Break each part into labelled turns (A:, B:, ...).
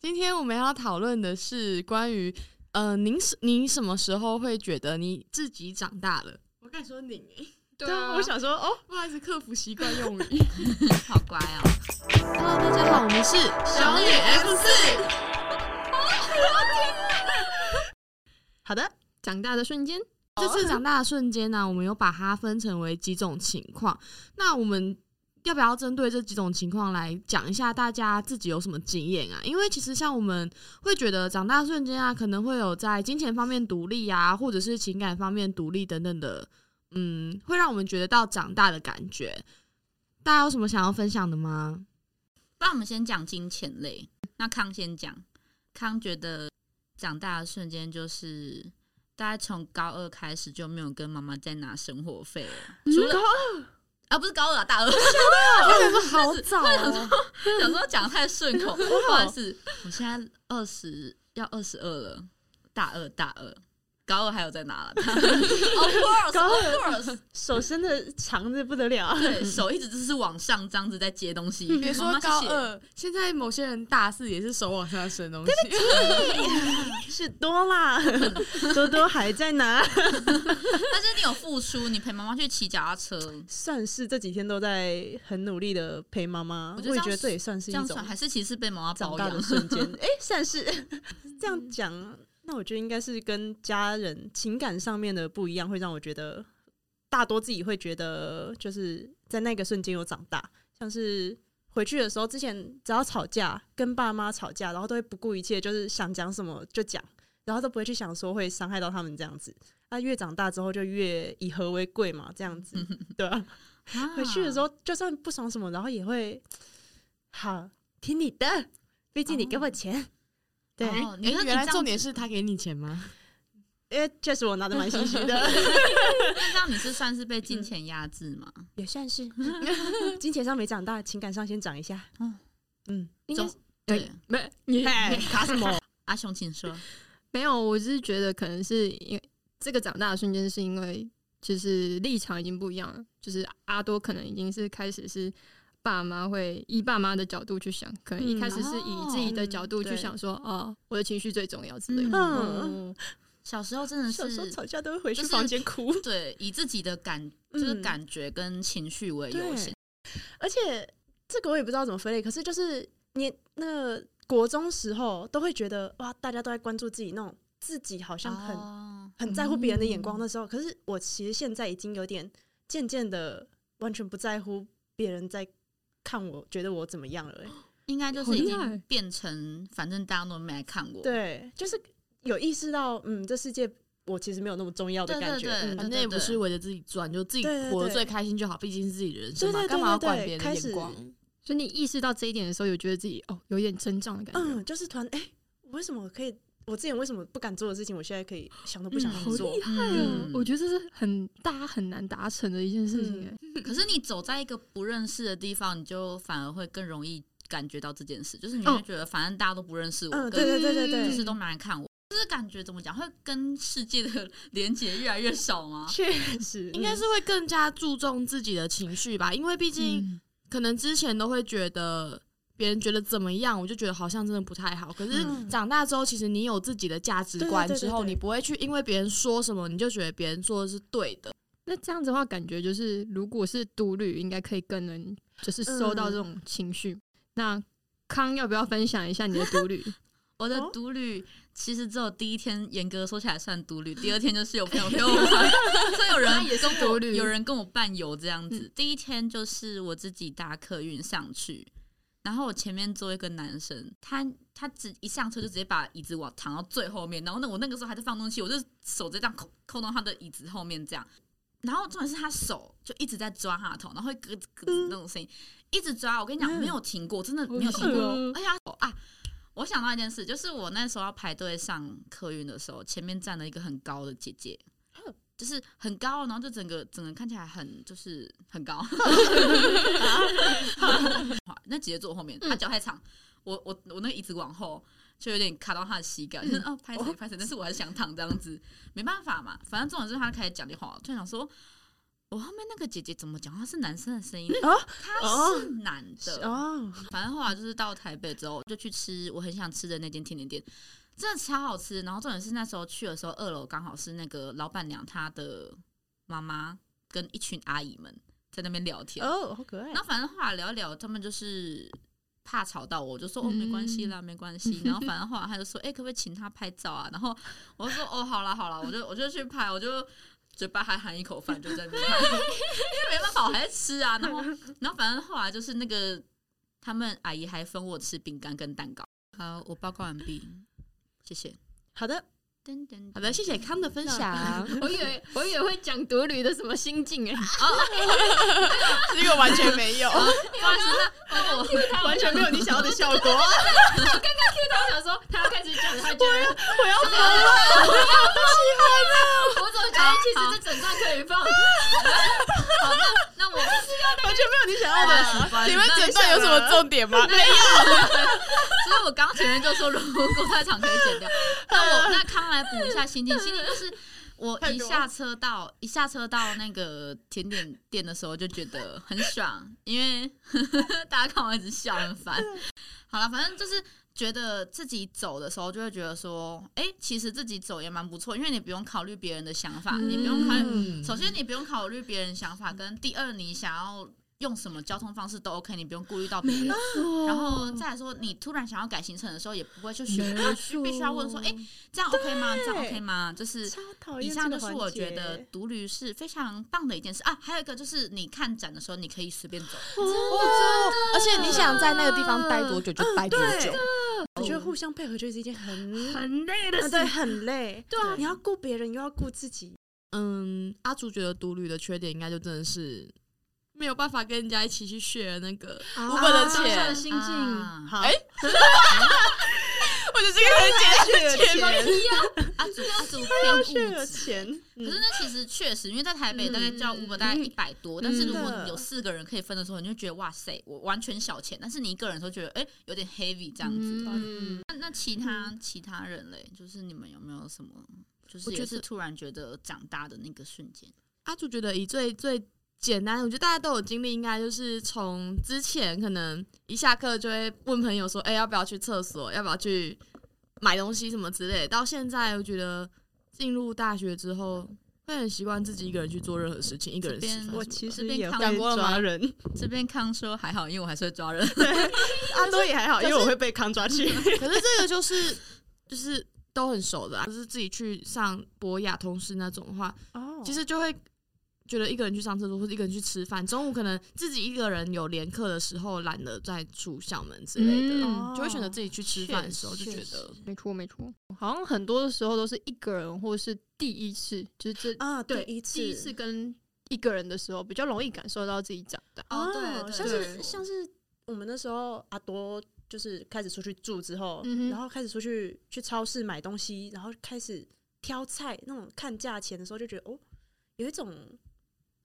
A: 今天我们要讨论的是关于，呃，您是您什么时候会觉得你自己长大了？我敢说您、欸，
B: 对啊，
A: 我想说，哦，不好意思，克服习惯用语。
B: 好乖哦。
A: Hello，大家好，我们是
B: 熊女 F
A: 四。
B: 好的，长大的瞬间，
A: 这次长大的瞬间呢、我们有把它分成为几种情况。那我们要不要针对这几种情况来讲一下大家自己有什么经验啊？因为其实像我们会觉得长大瞬间啊，可能会有在金钱方面独立啊，或者是情感方面独立等等的，嗯，会让我们觉得到长大的感觉。大家有什么想要分享的吗？
C: 不然我们先讲金钱类。那康先讲，康觉得长大的瞬间就是大概从高二开始就没有跟妈妈再拿生活费了，除了啊不是高二啊大二，
A: 我想说好早、
B: 啊
A: 哦，
C: 想说讲得太顺口，不好意思，我现在二十要二十二了，大二大二。高二还有在拿 了 ，of course，of
B: 高
C: course，
B: 手伸的长的不得了啊！
C: 对手一直就是往上这样子在接 东西。
A: 别
C: 妈
A: 说
C: 妈谢
A: 高
C: 谢，
A: 二，现在某些人大四也是手往上伸东西。
B: 是多啦， 多多还在拿，
C: 但是你有付出，你陪妈妈去骑脚踏车，
B: 算是这几天都在很努力的陪妈妈，
C: 我
B: 我
C: 觉得
B: 也
C: 这样
B: 觉得这也算是
C: 这
B: 一
C: 样
B: 种
C: 算还是其实被妈妈
B: 长
C: 包
B: 大
C: 养
B: 的？瞬 间。哎、算是这样讲，那我觉得应该是跟家人情感上面的不一样，会让我觉得大多自己会觉得就是在那个瞬间有长大，像是。回去的时候，之前只要吵架，跟爸妈吵架，然后都会不顾一切，就是想讲什么就讲，然后都不会去想说会伤害到他们这样子。那、越长大之后，就越以和为贵嘛，这 样子，对啊？
C: 啊
B: 回去的时候，就算不爽什么，然后也会好听你的，毕竟你给我钱。对，
C: 哦你
A: 诶
C: 看你
A: 原来
C: 这样
A: 重点
C: 子
A: 是他给你钱吗？
B: 因为确实我拿的蛮心虚 的，
C: 那这样你是算是被
B: 嗯
C: 金钱压制吗？
B: 也算是 金钱上没长大，情感上先长一下。
C: 嗯
B: 嗯，
D: 应该是
C: 对，
D: 没你
B: 哎，
C: 卡什么？阿雄，请说。
D: 没有，我只是觉得可能是因为这个长大的瞬间，是因为就是立场已经不一样了，就是阿多可能已经是开始是。爸妈会以爸妈的角度去想，可能一
B: 嗯
D: 开始是以自己的角度去
B: 对
D: 想说，哦，我的情绪最重要之类的。
B: 嗯
C: 嗯，小时候 真的
B: 小时候
C: 是
B: 吵架都会回去
C: 就是
B: 房间 哭，
C: 对以自己的感就是
B: 嗯
C: 感觉跟情绪为
B: 对
C: 优先。
B: 而且这个我也不知道怎么分类，可是就是你那个国中时候都会觉得哇，大家都在关注自己那种自己好像很
C: 哦
B: 很在乎别人的眼光。那时候，可是我其实现在已经有点渐渐的完全不在乎别人在看我，觉得我怎么样了、欸。
C: 应该就
D: 好
C: 是已
D: 厉害
C: 经变成，反正大家都没来看我。
B: 对，就是有意识到，嗯，这世界我其实没有那么重要的
C: 对
B: 感
C: 对
B: 觉。
C: 对
B: 嗯
A: 反正也不
C: 对
A: 是围着自己转，就自己
B: 对对
A: 活得
B: 对
A: 最开心就好，毕竟是自己的人生嘛，
B: 对对对
A: 干嘛要
B: 对对
A: 管别人的
B: 开始
A: 眼光？
D: 所以你意识到这一点的时候，有觉得自己哦有点成长的感觉。
B: 嗯，就是突然，哎、我为什么可以？我之前为什么不敢做的事情，我现在可以想都不
C: 嗯
B: 想
D: 好
B: 去做
D: 厉。害哦！
C: 嗯
D: 我觉得这是很大家很难达成的一件事情、哎、
B: 嗯
C: 可是你走在一个不认识的地方，你就反而会更容易感觉到这件事，就是你
D: 哦
C: 会觉得反正大家都不认识我，
B: 嗯，
C: 跟
B: 对对对对对，
C: 就是都没人看我，就是感觉怎么讲，会跟世界的连接越来越少吗？
B: 确
D: 欸
B: 实
A: 应该是会更加注重自己的情绪吧，因为毕竟
D: 嗯，
A: 可能之前都会觉得别人觉得怎么样，我就觉得好像真的不太好。可是
B: 嗯
A: 长大之后，其实你有自己的价值
B: 对对
A: 观
B: 对对
A: 之后，
B: 对
A: 你不会去因为别人说什么，你就觉得别人做的是对的。
D: 那这样子的话，感觉就是如果是独旅，应该可以更能就是收到
B: 嗯
D: 这种情绪。那康要不要分享一下你的独 旅？
C: 我的
B: 哦
C: 独旅其实只有第一天，严格说起来算独旅，第二天就是有朋友陪 我玩，所以有人跟
D: 独
C: 我
D: 旅
C: 有人跟我伴游这样子。第一天就是我自己搭客运上去，然后我前面坐一个男生，他他只一上车就直接把椅子往躺到最后面，然后那我那个时候还在放东西，我就手在这样扣扣到他的椅子后面这样。然后重点是他手就一直在抓他的头，然后会咯吱咯吱那种声音，一直抓。我跟你讲，
B: 嗯哦
C: 没有停过，真的没有停过。
D: 嗯
C: 而且他手啊，我想到一件事，就是我那时候要排队上客运的时候，前面站了一个很高的姐姐
B: 哼，
C: 就是很高，然后就整个整个看起来很就是 很高。那姐姐坐我后面，她
B: 嗯
C: 脚太长，我我我那个椅子往后。就有点卡到她的膝
B: 嗯
C: 盖，就是哦拍谁拍谁，但是我还是想躺这样子，没办法嘛。反正重点是她开始讲电话，我就想说我后面那个姐姐怎么讲话是男生的声音
B: 哦
C: 她是男的
B: 哦，
C: 反正后来就是到台北之后，就去吃我很想吃的那间甜点店，真的超好吃。然后重点是那时候去的时候，二楼刚好是那个老板娘她的妈妈跟一群阿姨们在那边聊天。
B: 哦，好可爱
C: 然。后反正后来聊一聊，他们就是怕吵到我，我就说哦没关系啦，没关系。然后反正后来他就说，哎、可不可以请他拍照啊？然后我就说哦，好啦好啦，我就我就去拍，我就。嘴巴还含一口饭，就在那边拍， 因为没办法，我还在吃啊。然后，然后反正后来就是那个他们阿姨还分我吃饼干跟蛋糕。好，我报告完毕，谢谢。
B: 好的，
C: 噔噔，
A: 好的，谢谢康的分享，
D: 我以为我以为会讲独旅的什么心境哎、
B: 啊
D: 啊
B: 这个完全没 有，
C: 哇。 真的，我
B: 完全没有你想要的效 果。
D: 我想说他要开始讲，他觉得
B: 我要疯
D: 我怎么觉得其实这整段可以放，
C: 那我
B: 完全没有你想要的。啊你们整段有什么重点 吗？没有。
C: 所以我刚前面就说，如果菜场可以剪掉，那我那康来补一下心境，心境就是。我一下车到一下车到那个 甜点店的时候，就觉得很爽，因为 大家看我一直笑很烦。好了，反正就是觉得自己走的时候，就会觉得说，哎、其实自己走也蛮不错，因为你不用考虑别人的想法，你不用考虑
A: 嗯
C: 首先，你不用考虑别人想法，跟第二，你想要用什么交通方式都 OK，你不用顾虑到别人。然后再来说，你突然想要改行程的时候，也不会去询问，去必须要问说，哎、这样 OK 吗？这样 OK 吗？就 是
B: 超讨
C: 以
B: 厌。
C: 上就是我觉得独旅是非常棒的一件事啊。还有一个就是，你看展的时候，你可以随便走。
A: 哦，而且你想在那个地方待多久就待多久
B: 对，我觉得互相配合就是一件很
D: 很累的
B: 啊，对，很累。
D: 对啊
B: 你要顾别人，又要顾自己。
A: 嗯，阿竹觉得独旅的缺点应该就真的是没有办法跟人家一起去 share 那个
B: 啊
A: Uber 的
D: 当下的
A: 钱，
D: 心境。
C: 啊
B: 好，
A: 哎
B: 我觉得这个很简单，
C: 一样，阿祖阿 祖偏
B: 血
C: 物
B: 有
C: 质。
B: 钱，嗯
C: 可是那其实确实，因为在台北大概叫 Uber 大概一百多，但是如果
B: 嗯真的
C: 你有四个人可以分的时候，你就觉得哇塞，我完全小钱。但是你一个人的时候觉得哎、有点 heavy 这样子。
D: 嗯，
C: 那那其他其他人嘞，就是你们有没有什么，就是
A: 我觉
C: 也
A: 得
C: 是突然觉得长大的那个瞬间？
A: 阿竹觉得以最最简单的，我觉得大家都有经历，应该就是从之前可能一下课就会问朋友说，哎、要不要去厕所，要不要去买东西什么之类的，到现在我觉得进入大学之后。会很习惯自己一个人去做任何事情，一个人吃
C: 这
A: 饭
C: 边
A: 什么
B: 我
A: 的。
B: 其
C: 这
B: 实
C: 边
B: 也
C: 看
B: 会
C: 过了吗
B: 抓 人，
C: 这边康说还好，因为我还是会 抓人。
B: 阿多也还好，因为我会被康抓去。
A: 可是这个就是 就是都很熟的、啊，就是自己去上博雅通识那种的话，
B: 哦
A: 其实就会觉得一个人去上厕所或者一个人去吃饭，中午可能自己一个人有连课的时候，懒得再出校门之类的，
D: 嗯
A: 就会选择自己去吃饭的时候就觉
C: 确
A: 得
B: 哦
C: 实。
D: 没错没错，好像很多时候都是一个人或是第一次，就是这
B: 啊，
D: 对
B: 第一次，
D: 哦第一次跟一个人的时候，比较容易感受到自己长大。
C: 哦，
B: 哦
C: 对，
B: 像
C: 对
B: 是像是我们那时候阿多就是开始出去住之后，
D: 嗯哼
B: 然后开始出去去超市买东西，然后开始挑菜那种看价钱的时候，就觉得哦，有一种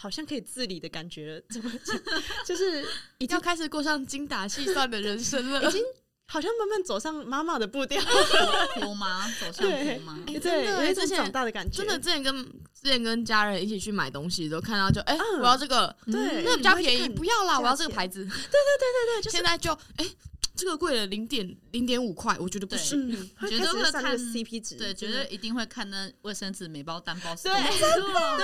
B: 好像可以自理的感觉了，怎么讲 就是
A: 已经开始过上精打细算的人生了，
B: 已经好像慢慢走上妈妈的步调，
C: 婆妈走向婆妈，
A: 哎真
B: 对，
A: 的
B: 有一种
A: 之前
B: 长大的感觉，
A: 真的之前跟之前跟家人一起去买东西，都看到就哎、
B: 嗯
A: 我要这个，
B: 对，
A: 那个比较便宜，
B: 你会去看
A: 不要啦，
B: 价
A: 我要这个
B: 钱
A: 牌子。
B: 对对对，
A: 现在就哎、这个贵了零点零点五块，我觉得不
C: 对
A: 行。
B: 就是嗯，会
C: 绝
B: 开
C: 对
B: 始
C: 会
B: 上那个
C: 看
B: CP 值，
C: 对，绝
B: 真的
C: 对一定会看那卫生纸每包单包是
B: 对
C: 多少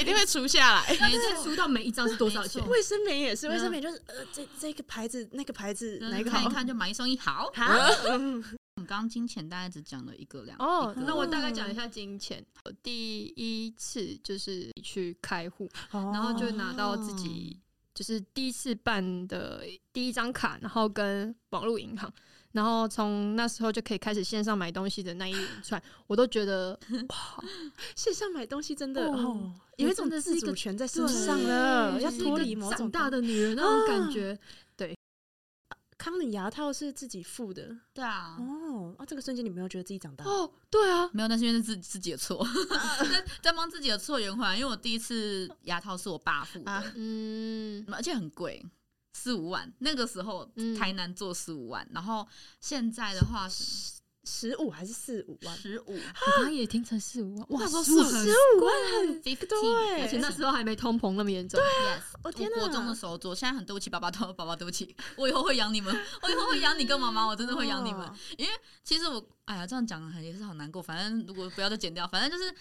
A: 一定会除下来。
C: 每次
D: 输到每一张是多少钱
C: 没错
B: 卫生棉也是，
C: 对啊
B: 卫生棉就是呃，这这个牌子、那个牌子哪一个
C: 嗯看一
B: 好？
C: 看就买一送一，好。
B: 好，嗯
C: 我们刚刚金钱大概只讲了一个两
D: 哦
C: 一，个
D: 那我大概讲一下金钱。我第一次就是去开户，然后就拿到自己就是第一次办的第一张卡，然后跟网络银行，然后从那时候就可以开始线上买东西的那一连串，我都觉得
B: 线上买东西真的
D: 哦
B: 哦，有一
D: 真
B: 种
D: 的
B: 自
D: 是一个
B: 主权在身
D: 对
B: 上了，
D: 就
B: 要
D: 是一
B: 脱
D: 个
B: 离某
D: 长
B: 种
D: 大的女人那种感
B: 啊
D: 觉。
B: 康的牙套是自己付的
C: 对啊，
B: 哦，啊，这个瞬间你没有觉得自己长大
D: 哦，对啊，
C: 没有，那是因为是自自己的错，
B: 哦
C: 在在帮自己的错圆回来。因为我第一次牙套是我爸付的，
B: 啊？
D: 嗯，
C: 而且很贵，四五万。那个时候
D: 嗯
C: 台南做十五万，然后现在的话是。
B: 十五还是四五万？
C: 十五
D: 我刚刚也听成四五万，哇，
A: 那时候
D: 15
A: 四
D: 很
A: 十
B: 五万很，
C: ，fifteen，
B: 对
D: 而且那时候还没通膨那么严重。
C: yes，
B: 我天
C: 我国中的
B: 哪！
C: 时候做，现在很对不起爸爸，对爸爸对不起，我以后会养你们，我以后会养你跟妈妈，我真的会养你们。
B: 哦
C: 其实我，哎呀，这样讲很也是好难过。反正如果不要再剪掉，反正就是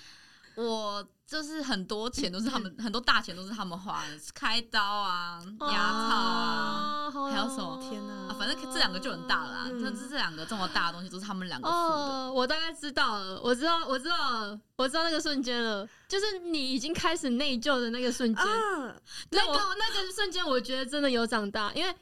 C: 我就是很多钱都是他们，很多大钱都是他们花的，开刀啊、牙
D: 哦
C: 套啊，
D: 好
C: 还有什么
B: 天哪
C: 啊反正这两个就很大了啦。
B: 嗯
C: 但是这两个这么大的东西都是他们两个付的。
D: 哦，我大概知道了，我知道，我知道了，我知道那个瞬间了，就是你已经开始内疚的那个瞬间，
B: 啊，
D: 那
C: 对
D: 个那个瞬间，我觉得真的有长大，因为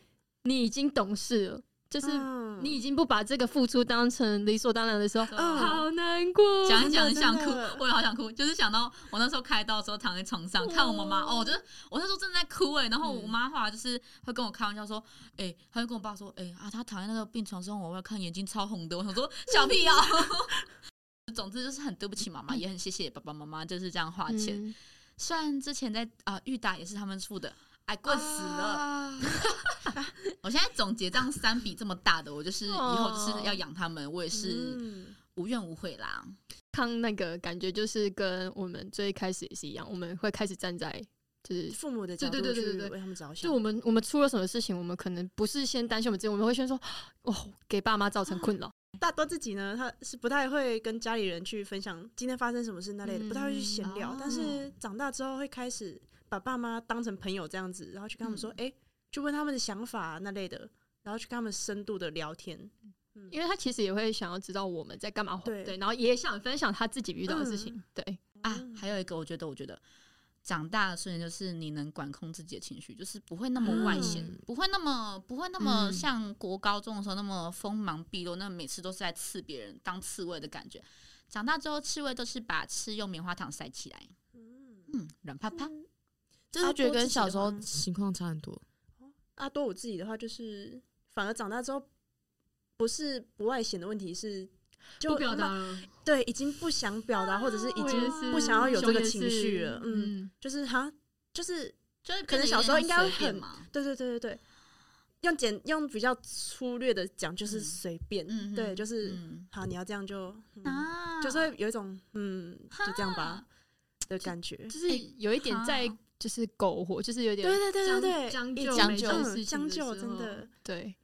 D: 你已经懂事了，就是
B: 嗯
D: 你已经不把这个付出当成理所当然的时候，
C: 对啊
B: 嗯
D: 好难过。
C: 讲一讲
B: 真的
C: 想
B: 真
C: 哭
B: 的，
C: 我也好想哭，就是想到我那时候开刀的时候躺在床上看我妈妈，
D: 哦
B: 嗯
C: 哦，我就是我那时候正在哭哎、然后我
D: 嗯
C: 妈后来就是会跟我开玩笑说，哎、她就跟我爸说，哎、啊，她躺在那个病床上，我要看眼睛超红的，我想说小屁呀、 总之就是很对不起妈妈，也很谢谢爸爸妈妈就是这样花钱。
D: 嗯
C: 虽然之前在啊、裕达也是他们付的，哎，棍死了！
B: 啊
C: 我现在总结这样三笔这么大的，我就是以后就是要养他们，我也是
B: 哦嗯
C: 无怨无悔啦。
D: 康那个感觉就是跟我们最开始也是一样，我们会开始站在就是。
B: 父母的角
D: 对
B: 度
D: 对对对
B: 去
D: 对
B: 为他们着
D: 就
B: 想
D: 我。们我们出了什么事情，我们可能不是先担心我们自己，我们会先说哦，给爸妈造成困扰。
B: 大多自己呢，他是不太会跟家里人去分享今天发生什么事那类的，
D: 嗯
B: 不太会去闲聊。
C: 哦
B: 但是长大之后会开始把爸妈当成朋友这样子，然后去跟他们说，哎、去问他们的想法啊那类的，然后去跟他们深度的聊天。嗯
D: 因为他其实也会想要知道我们在干嘛，
B: 对
D: 然后也想分享他自己遇到的事情，对，
C: 啊
B: 嗯，
C: 还有一个，我觉得，我觉得长大的瞬间就是你能管控自己的情绪，就是不会那么
B: 啊
C: 外显，
A: 嗯
C: 不会那么不会那么
D: 嗯
C: 像国高中的时候那么锋芒毕露，那每次都是在刺别人当刺猬的感觉。长大之后，刺猬都是把刺用棉花糖塞起来，嗯，软趴趴。
A: 就是觉得跟小时
B: 阿
A: 候
B: 多自己的
A: 情况差很多。
B: 话阿多我自己的话就是，反而长大之后不是不外显的问题是。就慢，
D: 了，
B: 对，已经不想表达，或者是已
D: 啊我
B: 经
D: 也是
B: 不想要有这
D: 熊
B: 个
D: 也
B: 情
D: 是
B: 绪了。嗯，
D: 嗯，
B: 就是哈，就是
C: 就是
B: 可能
C: 变得
B: 小
C: 有
B: 时候
C: 点
B: 应该会
C: 随便
B: 很
C: 嘛，
B: 对对对对对，用简用比较粗略的讲，就是随便，
C: 嗯，
B: 对，
C: 嗯
B: 就是、
C: 嗯
B: 好，你要这样就，嗯
C: 啊，
B: 就是会有一种嗯，就这样吧
C: 哈。
B: 的感觉。
D: 就是有一点在
C: 好
D: 就是苟活，就是有点
B: 对对对对
D: 将
B: 对，
D: 将
A: 一
D: 就
A: 将
D: 每
A: 就
D: 件事
B: 嗯，
D: 情
B: 将就
D: 时
B: 真
D: 候
B: 的
D: 对，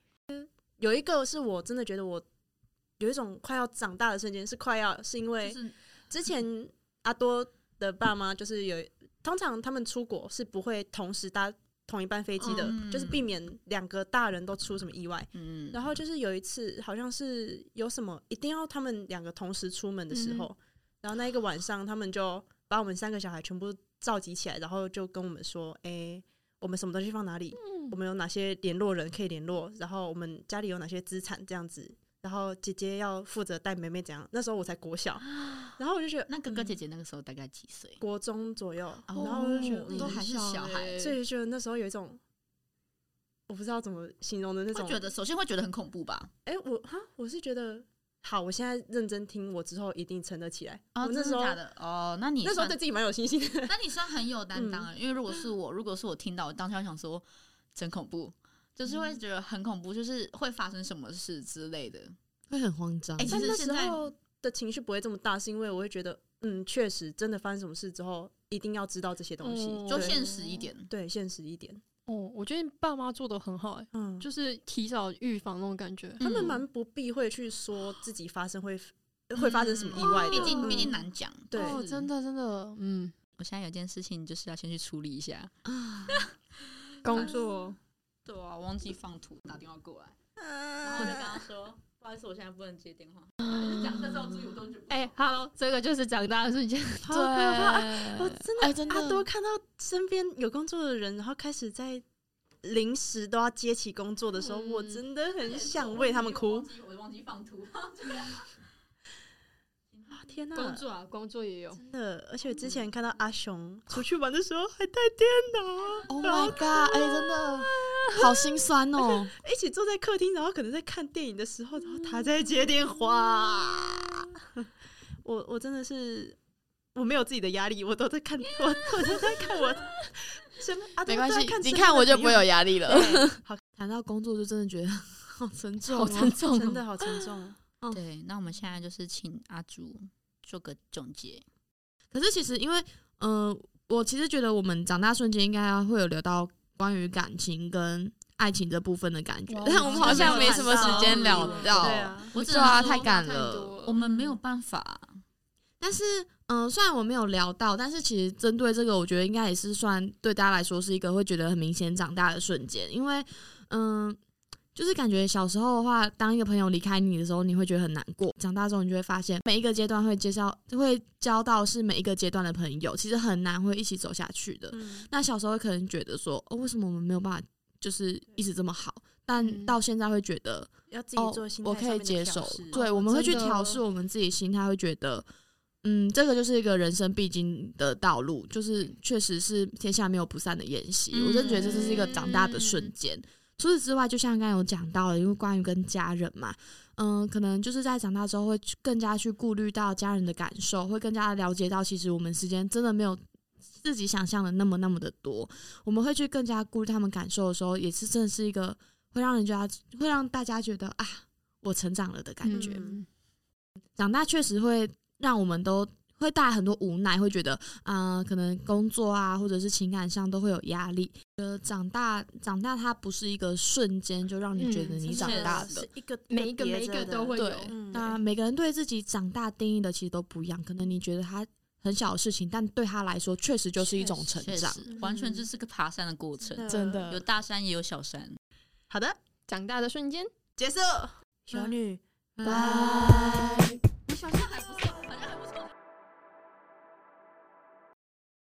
B: 有一个是我真的觉得我有一种快要长大的瞬间，是快要是因为
C: 就是
B: 之前阿多的爸妈就是有，通常他们出国是不会同时搭同一班飞机的，
C: 嗯
B: 就是避免两个大人都出什么意外。
C: 嗯，
B: 然后就是有一次，好像是有什么一定要他们两个同时出门的时
C: 嗯
B: 候，然后那一个晚上，他们就把我们三个小孩全部召集起来，然后就跟我们说：“哎、我们什么东西放哪里？我们有哪些联络人可以联络？然后我们家里有哪些资产这样子？然后姐姐要负责带妹妹怎样？”那时候我才国小，然后我就觉得
C: 那哥哥姐姐那个时候大概几岁？
B: 嗯国中左右，
C: 哦
B: 然后我就觉
C: 那
B: 得
C: 你
B: 都
C: 很
B: 还是
C: 小小孩
D: 欸
B: 所以就觉得那时候有一种。我不知道怎么形容的那
C: 会
B: 种，
C: 觉得首先会觉得很恐怖吧？
B: 哎、我哈，我是觉得好，我现在认真听，我之后一定撑得起来。
C: 啊，
B: 我那
C: 真
B: 时
C: 的
B: 候
C: 假的？哦，那你
B: 那时候
C: 算
B: 对自嗯己蛮有信心的。
C: 那你算很有担当啊，因为如果是我，如果是我听到，我当下想说，真恐怖，就是
B: 嗯
C: 会觉得很恐怖，就是会发生什么事之类的。
A: 会很慌张，
C: 哎其
B: 但
C: 实
B: 那
C: 现
B: 时
C: 在
B: 候的情绪不会这么大，是因为我会觉得，嗯，确实真的发生什么事之后，一定要知道这些东西，
D: 哦
C: 就
B: 对
C: 现实一点，
B: 对现实一点。
D: 哦，我觉得爸妈做的很好，哎，
B: 嗯，
D: 就是提早预防那种感觉，
B: 他们
C: 嗯
B: 蛮不避讳去说自己发生 会会发生什么意外的，
C: 哦毕竟毕
B: 嗯
C: 竟难讲。
B: 对
D: 哦，真
C: 的，
D: 的真的，嗯，
C: 我现在有件事情就是要先去处理一下。
A: 啊，
D: 工作
C: 对啊，忘记放图，打电话过来，然后我就跟他说，不好意思，我现在不能接电话。 就讲这种注意我都觉得。
D: 哎，Hello，这个就是长大的瞬间，
B: 好可怕！啊我真的
A: 哎真的
B: 阿多啊看到身边有工作的人，然后开始在临时都要接起工作的时候，
D: 嗯
B: 我真的很想为他们哭。
C: 我忘记，我忘记放图。
B: 啊天哪、
D: 工作啊，工作也有，
B: 真的！而且之前看到阿雄出去玩的时候还带电脑，啊
A: Oh my god！哎、真的好心酸 哦。
B: 一起坐在客厅，然后可能在看电影的时候，然后他在接电话。我我真的是我没有自己的压力，我都在看我 我都在看我身
C: 啊
B: 阿多
A: 没关
B: 都在
A: 系，你
B: 身边
A: 看
B: 的
A: 我就
B: 朋
A: 不会
B: 友
A: 有压力了。
B: 对好
A: 谈到工作，就真的觉得好沉重、哦，
D: 好沉重，
B: 真的，好沉重。
A: 哦
C: 对，那我们现在就是请阿朱做个总结。
A: 可是其实因为，呃，我其实觉得我们长大瞬间应该会有聊到关于感情跟爱情这部分的感觉
D: 哇，
A: 但我们好像没什么时间聊
D: 我们
A: 到
D: 好。
B: 对啊，
C: 我只
A: 对
C: 能
A: 啊，
C: 说嗯
A: 太赶
D: 哦太
A: 了。
D: 多
C: 我们没有办法，
A: 但是，嗯、虽然我没有聊到，但是其实针对这个，我觉得应该也是算对大家来说是一个会觉得很明显长大的瞬间，因为，嗯、就是感觉小时候的话，当一个朋友离开你的时候，你会觉得很难过。长大之后，你就会发现每一个阶段会介绍，会交到是每一个阶段的朋友，其实很难会一起走下去的。
B: 嗯，
A: 那小时候可能觉得说，哦，为什么我们没有办法就是一直这么好？但
D: 嗯
A: 到现在会觉得，
B: 要自
A: 哦
B: 己做心，态
A: 我
B: 上
A: 可以
B: 面的
A: 接
B: 调
A: 受
B: 试。
A: 对，
D: 哦
A: 我们会去
D: 真的
A: 调试我们自己心态，会觉得，嗯，这个就是一个人生必经的道路，就是
B: 嗯
A: 确实是天下没有不散的宴席。我真的觉得这是一个长大的
B: 嗯
A: 瞬间。除此之外，就像刚才有讲到的，因为关于跟家人嘛，嗯，可能就是在长大之后会去更加去顾虑到家人的感受，会更加了解到，其实我们时间真的没有自己想象的那么那么的多。我们会去更加顾虑他们感受的时候，也是真的是一个会让人家会让大家觉得啊，我成长了的感觉。
D: 嗯
A: 长大确实会让我们都会带来很多无奈，会觉得啊、呃可能工作啊，或者是情感上都会有压力。呃，长大长大，它不是一个瞬间就让你觉得
D: 嗯
A: 你
B: 真
A: 长
B: 的
A: 大
B: 是
A: 的。
B: 一个
D: 每一个
B: 叠
D: 每一个
B: 着的
D: 都会有
A: 对，
B: 嗯
A: 那每个人对自己长大定义的其实都不一样，可能你觉得他很小的事情，但对他来说确实就是一种成
C: 确
A: 长。
C: 实，完全就是个爬嗯山的过程，
A: 真的
C: 有大山也有小山。
B: 好的，
D: 长大的瞬间。
B: 结束，小女，
A: 拜
B: 拜。你想象